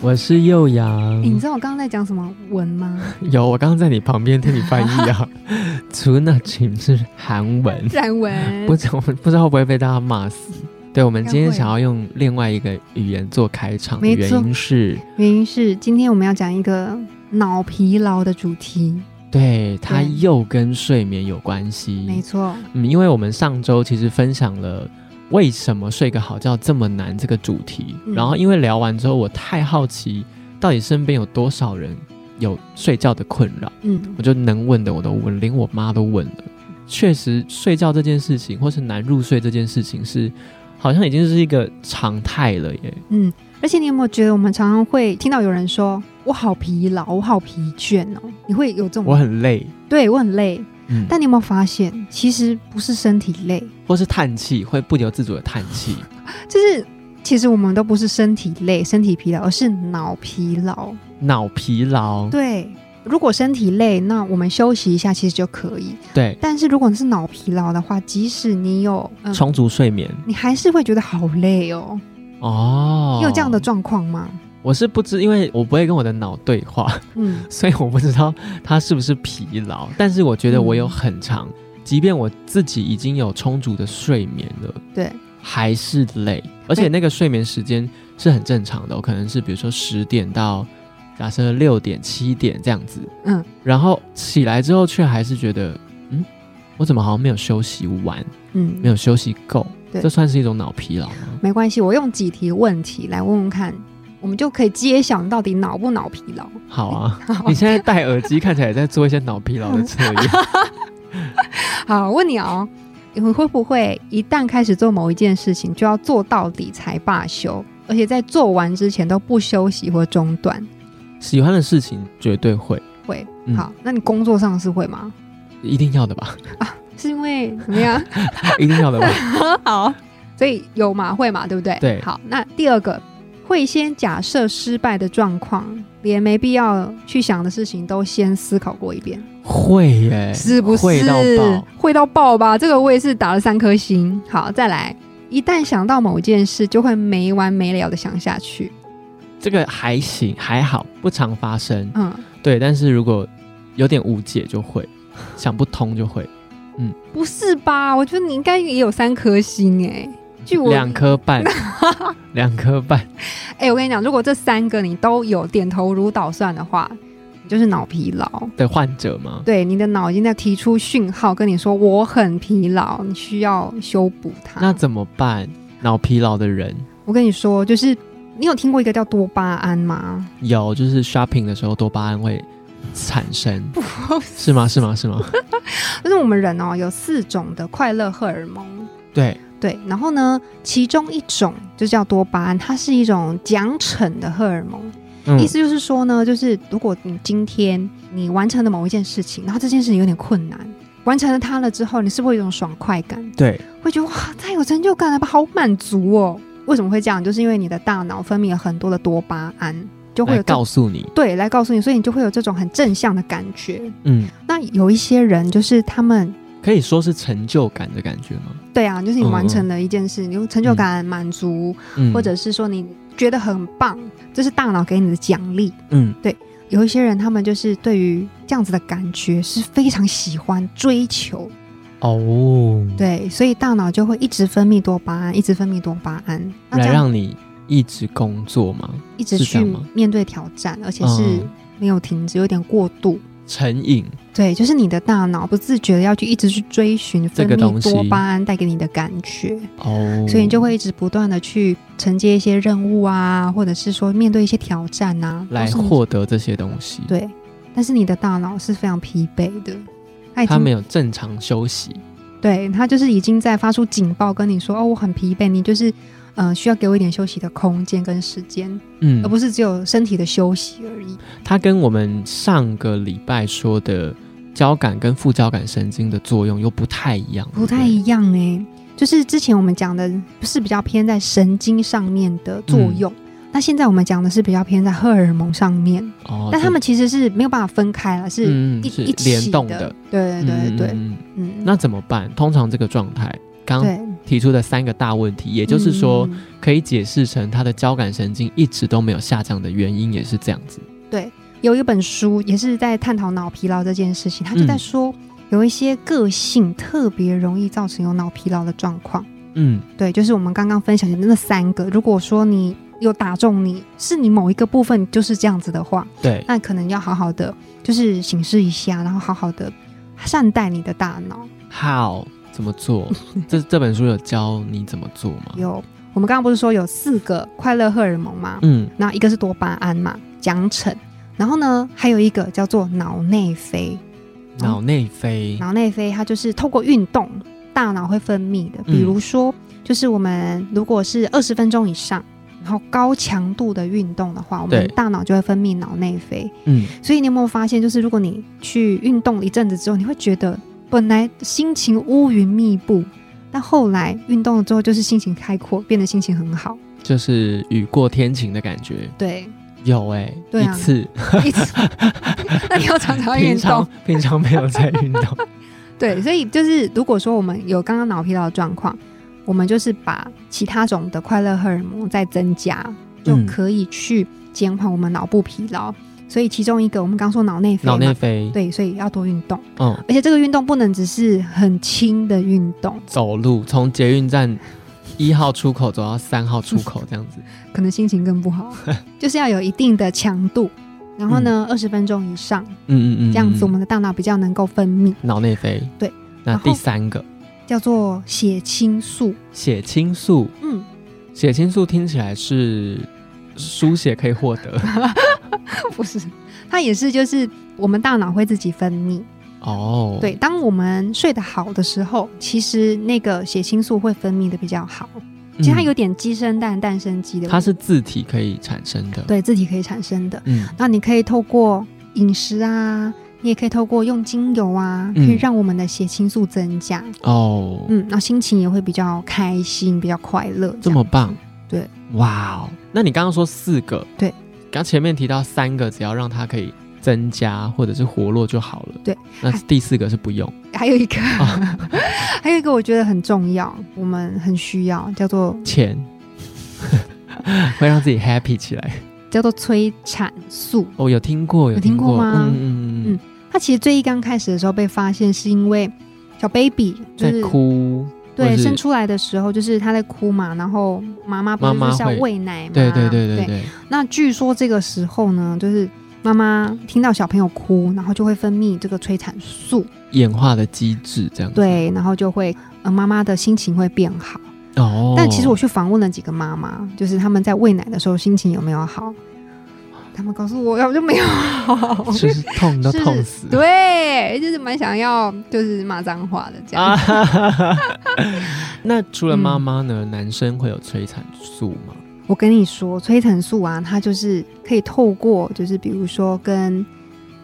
我是幼诶你阳知，道我刚刚在讲什么文吗？ 有我刚刚在你旁边听你翻译啊。除那琴是韩文，然文不知道不知道会不会被大家骂死。对，我们今应该天会想要用另外一个语言做开场的没原错因是，原因是今天我们要讲一个脑疲劳的主题，对它对又跟睡眠有关系。没错，嗯，因为我们上周其实分享了为什么睡个好觉这么难这个主题，嗯然后因为聊完之后，我太好奇到底身边有多少人有睡觉的困扰，嗯我，就能问的我都问，连我妈都问了。确实，睡觉这件事情，或是难入睡这件事情是，好像已经是一个常态了耶。嗯，而且你有没有觉得我们常常会听到有人说“我好疲劳，我好疲倦哦”，你会有这种我很累，对我很累，嗯，但你有没有发现，其实不是身体累，或是叹气，会不由自主的叹气。就是其实我们都不是身体累、身体疲劳，而是脑疲劳。脑疲劳，对，如果身体累，那我们休息一下其实就可以。对，但是如果你是脑疲劳的话，即使你有，嗯充足睡眠你还是会觉得好累哦。哦。你有这样的状况吗？我是不知，因为我不会跟我的脑对话， 嗯，所以我不知道他是不是疲劳。但是我觉得我有很长，即便我自己已经有充足的睡眠了，对，还是累，而且那个睡眠时间是很正常的哦，可能是比如说十点到假设六点、七点这样子，嗯，然后起来之后却还是觉得，嗯，我怎么好像没有休息完，嗯，没有休息够，对这算是一种脑疲劳吗？没关系，我用几题问题来问问看，我们就可以揭晓你到底脑不脑疲劳。好啊，你现在戴耳机看起来也在做一些脑疲劳的测验。好，问你哦，你会不会一旦开始做某一件事情，就要做到底才罢休，而且在做完之前都不休息或中断？喜欢的事情绝对会，会，嗯好，那你工作上是会吗？一定要的 吧，是因为怎么样？一定要的吧。好，所以有嘛会嘛，对不对？对好，那第二个会先假设失败的状况，连没必要去想的事情都先思考过一遍，会耶，是不是？哎会到爆？会到爆吧？这个我也是打了三颗星。好，再来。一旦想到某件事，就会没完没了的想下去。这个还行，还好，不常发生。嗯，对，但是如果有点误解就会，想不通就会，不是吧？我觉得你应该也有三颗星哎、据我两颗半， 两颗半，哎、我跟你讲，如果这三个你都有点头如捣蒜的话，你就是脑疲劳。的患者吗？对，你的脑已经在提出讯号，跟你说我很疲劳，你需要修补它。那怎么办？脑疲劳的人我跟你说，就是你有听过一个叫多巴胺吗？有，就是 shopping 的时候多巴胺会产生，是吗？是吗？是吗？就是我们人哦，有四种的快乐荷尔蒙。对，对，然后呢，其中一种就叫多巴胺，它是一种奖惩的荷尔蒙。嗯意思就是说呢，就是如果你今天你完成了某一件事情，然后这件事情有点困难，完成了它了之后，你是不是会有一种爽快感？对，会觉得哇，太有成就感了吧，好满足哦。为什么会这样？就是因为你的大脑分泌了很多的多巴胺，就会来有这告诉你，对来告诉你，所以你就会有这种很正向的感觉。嗯，那有一些人就是他们，可以说是成就感的感觉吗？对啊，就是你嗯嗯完成了一件事，你有成就感、满足，嗯，或者是说你觉得很棒，这是大脑给你的奖励。嗯，有一些人他们就是对于这样子的感觉是非常喜欢追求，哦，对，所以大脑就会一直分泌多巴胺，一直分泌多巴胺，那这来样让你一直工作吗？一直是这去样吗面对挑战，而且是嗯没有停止，有点过度。成瘾，对，就是你的大脑不自觉的要去一直去追寻这分个东泌西多巴胺带给你的感觉，哦，所以你就会一直不断的去承接一些任务啊，或者是说面对一些挑战啊，都来是你获得这些东西。，对。但是你的大脑是非常疲惫的，它已他经没有正常休息，对他就是已经在发出警报，跟你说哦，我很疲惫，你就是呃需要给我一点休息的空间跟时间，嗯而，不是只有身体的休息而已。他跟我们上个礼拜说的交感跟副交感神经的作用又不太一样，不太对对一样哎、就是之前我们讲的是比较偏在神经上面的作嗯用，那现在我们讲的是比较偏在荷尔蒙上面，哦。但他们其实是没有办法分开了，这是嗯一、是一起联动的的，，对对对对，嗯嗯嗯嗯，那怎么办？通常这个状态，刚对，提出的三个大问题，也就是说，嗯可以解释成他的交感神经一直都没有下降的原因，也是这样子。有一本书也是在探讨脑疲劳这件事情，他就在嗯说、有一些个性特别容易造成有脑疲劳的状况。嗯，对，就是我们刚刚分享的那三个。如果说你有打中你，是你某一个部分就是这样子的话，对，那可能要好好的就是醒视一下，然后好好的善待你的大脑。好，怎么 做？这这本书有教你怎么做吗？有，我们刚刚不是说有四个快乐荷尔蒙吗？嗯，那一个是多巴胺嘛，奖惩，然后呢，还有一个叫做脑内啡。脑内啡，脑内啡它就是透过运动，大脑会分泌的。比如说，就是我们如果是二十分钟以上，然后高强度的运动的话，我们对大脑就会分泌脑内啡。嗯，所以你有没有发现，就是如果你去运动一阵子之后，你会觉得本来心情乌云密布，但后来运动了之后，就是心情开阔，变得心情很好。就是雨过天晴的感觉。对，有哎、对啊一次，一直 那你要常常运平动常。平常没有在运动。 对，嗯所以就是如果说我们有刚刚脑疲劳的状况，我们就是把其他种的快乐荷尔蒙再增加，就嗯可以去减缓我们脑部疲劳。所以其中一个我们刚说脑内啡嘛，脑内啡，对，所以要多运动，嗯，而且这个运动不能只是很轻的运动，走路从捷运站一号出口走到三号出口这样子。可能心情更不 好，就是要有一定的强度。然后嗯呢，二十、分钟以上，嗯嗯嗯，这样子我嗯们的大脑比较能够分泌，脑内啡。对，那然后第三个叫做血清素。血清素，嗯，血清素听起来是输血可以 获得不是，它也是就是我们大脑会自己分泌。哦。对，，当我们睡得好的时候，其实那个血清素会分泌的比较好。其实它有、点鸡生蛋，蛋生鸡的，嗯它是自体可以产生的。，对自己可以产生的。嗯，那你可以透过饮食啊，你也可以透过用精油啊，可嗯以让我们的血清素增加。哦，嗯，那心情也会比较开心，比较快乐。这样么棒，对，哇哦。那你刚刚说四个，对，刚前面提到三个，只要让它可以增加或者是活络就好了。对，啊那还第四个是不用还有一个，啊 还有一个我觉得很重要，我们很需要，叫做钱， 会让自己 happy 起来。叫做催产素。哦，有听过，有听听过吗嗯嗯嗯嗯，它其实最一刚开始的时候被发现，是因为小 baby 就在是哭，或对者是生出来的时候，就是他在哭嘛，然后妈妈不是妈妈就是要会喂奶嘛？对对对对对对，那据说这个时候呢，就是妈妈听到小朋友哭，然后就会分泌这个催产素，演化的机制这样子。对，然后就会呃妈妈的心情会变好。哦，但其实我去访问了几个妈妈，就是他们在喂奶的时候心情有没有好？他们告诉我，要就没有好。 就是痛都是痛死。对，就是蛮想要，就是骂脏话的这样。啊哈哈哈哈， 那除了妈妈呢？男生会有催产素吗？我跟你说，催产素啊，它就是可以透过，就是比如说跟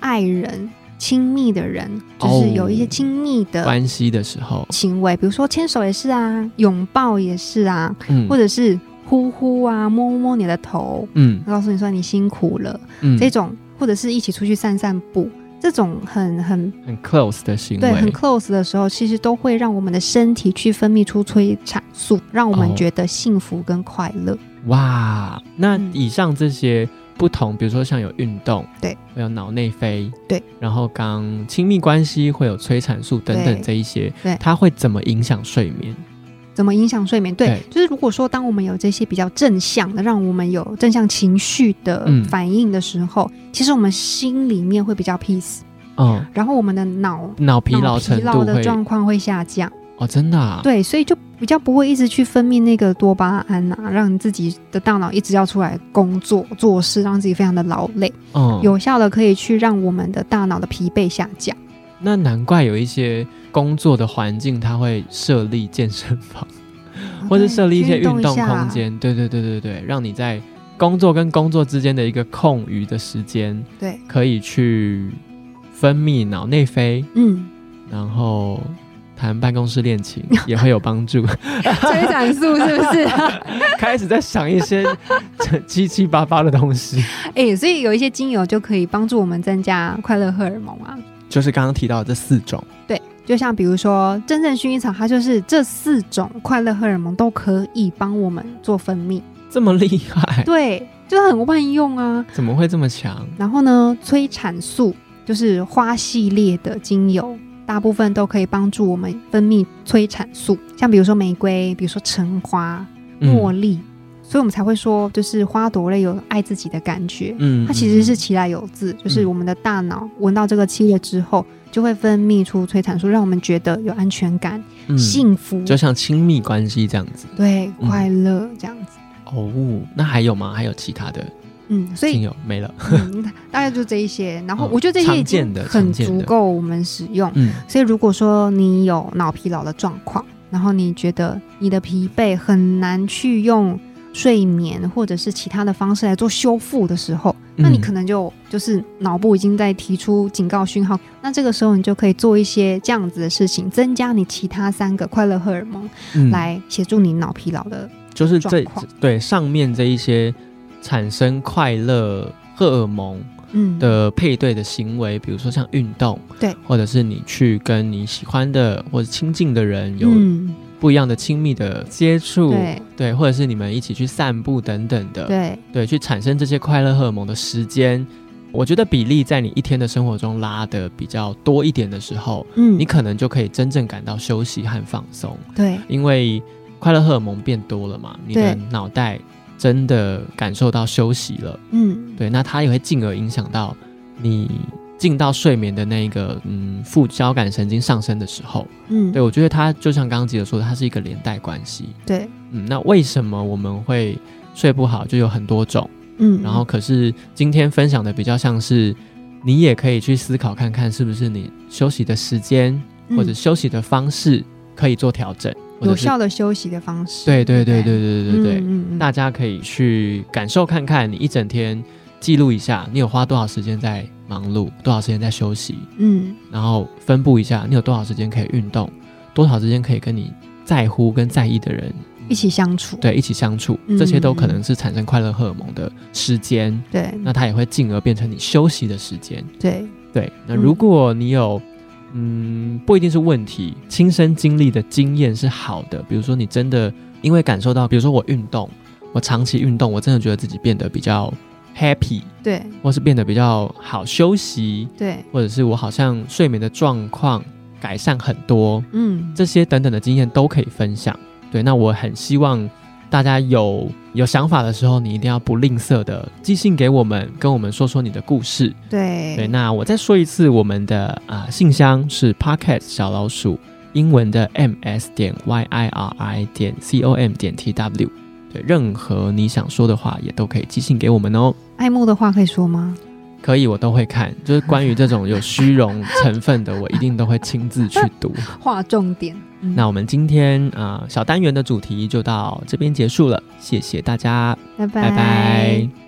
爱人、亲密的人，就哦是有一些亲密的关系的时候，行为，比如说牵手也是啊，拥抱也是啊，嗯，或者是呼呼啊，摸摸你的头，嗯告诉你说你辛苦了、嗯，这种，或者是一起出去散散步，这种很很很 close 的行对很为， close 的时候，其实都会让我们的身体去分泌出催产素，让我哦们觉得幸福跟快乐。哇！那嗯以上这些不同，比如说像有运动，对，会有脑内啡，对，然后刚亲密关系会有催产素等等对这一些，对它会怎么影响睡眠？怎么影响睡眠？对，对就是如果说当我们有这些比较正向的，让我们有正向情绪的嗯反应的时候，其实我们心里面会比较 peace，嗯，然后我们的脑脑疲脑劳程疲度劳的会状况会下降，哦，真的、啊，对，所以就比较不会一直去分泌那个多巴胺啊，让你自己的大脑一直要出来工作做事，让自己非常的劳累，嗯，有效的可以去让我们的大脑的疲惫下降。那难怪有一些工作的环境，它会设立健身房，哦或者设立一些运动下空，间。对对对对对，让你在工作跟工作之间的一个空余的时间，对，可以去分泌脑内啡，嗯，然后谈办公室 恋情也会有帮助。 催产素是不是？开始在想一些七七八八的东西，哎、所以有一些精油就可以帮助我们增加快乐荷尔蒙啊。就是刚刚提到的这四种。对，就像比如说真正薰衣草，它就是这四种快乐荷尔蒙都可以帮我们做分泌，这么厉害，对，就是很万用啊。怎么会这么强？然后呢，催产素就是花系列的精油，大部分都可以帮助我们分泌催产素，像比如说玫瑰，比如说橙花、茉嗯莉，所以我们才会说，就是花朵类有爱自己的感觉。嗯它其实是其来有自，就是我们的大脑闻到这个气味之后，就会分泌出催产素，让我们觉得有安全感、嗯幸福，就像亲密关系这样子。对，嗯快乐这样子。哦，那还有吗？还有其他的嗯，所以精油 没了？嗯，大概就这一些。然后嗯我觉得这些已经常见的很常见足的够我们使用。嗯，所以如果说你有脑疲劳的状况，然后你觉得你的疲惫很难去用睡眠或者是其他的方式来做修复的时候，那你嗯可能就就是脑部已经在提出警告讯号。那这个时候你就可以做一些这样子的事情，增加你其他三个快乐荷尔蒙，嗯来协助你脑疲劳的。就是这状况对上面这一些产生快乐荷尔蒙嗯，的配对的行为，比如说像运动，对或者是你去跟你喜欢的或者亲近的人有嗯，不一样的亲密的接触，对对，或者是你们一起去散步等等的，对，对，去产生这些快乐荷尔蒙的时间，我觉得比例在你一天的生活中拉的比较多一点的时候，嗯你，可能就可以真正感到休息和放松，对因为快乐荷尔蒙变多了嘛，你对的脑袋真的感受到休息了，嗯，对，那它也会进而影响到你进到睡眠的那个嗯副交感神经上升的时候，嗯，对我觉得它就像刚刚记者说的，它是一个连带关系，对，嗯，那为什么我们会睡不好就有很多种？嗯，然后可是今天分享的比较像是，你也可以去思考看看，是不是你休息的时间嗯或者休息的方式可以做调整，或有者是效的休息的方式。对对对对不对对对对对，嗯嗯嗯大家可以去感受看看，你一整天记录一下，你有花多少时间在忙碌，多少时间在休息，嗯然后分布一下，你有多少时间可以运动，多少时间可以跟你在乎跟在意的人一起相处。对一起相处，嗯这些都可能是产生快乐荷尔蒙的时间。对那它也会进而变成你休息的时间。对，对，那嗯如果你有，嗯，不一定是问题，亲身经历的经验是好的，比如说你真的因为感受到，比如说我运动，我长期运动，我真的觉得自己变得比较 happy，对或是变得比较好休息，对，或者是我好像睡眠的状况改善很多，嗯，这些等等的经验都可以分享。对，那我很希望大家有有想法的时候，你一定要不吝啬的寄信给我们，跟我们说说你的故事。对对，那我再说一次，我们的啊、信箱是 pocket 小老鼠英文的 ms 点 y i r i 点 c o m 点 t w。对，任何你想说的话也都可以寄信给我们哦。爱慕的话可以说吗？可以，我都会看，就是关于这种有虚荣成分的，我一定都会亲自去读。划重点。嗯那我们今天啊、呃小单元的主题就到这边结束了，谢谢大家，拜拜拜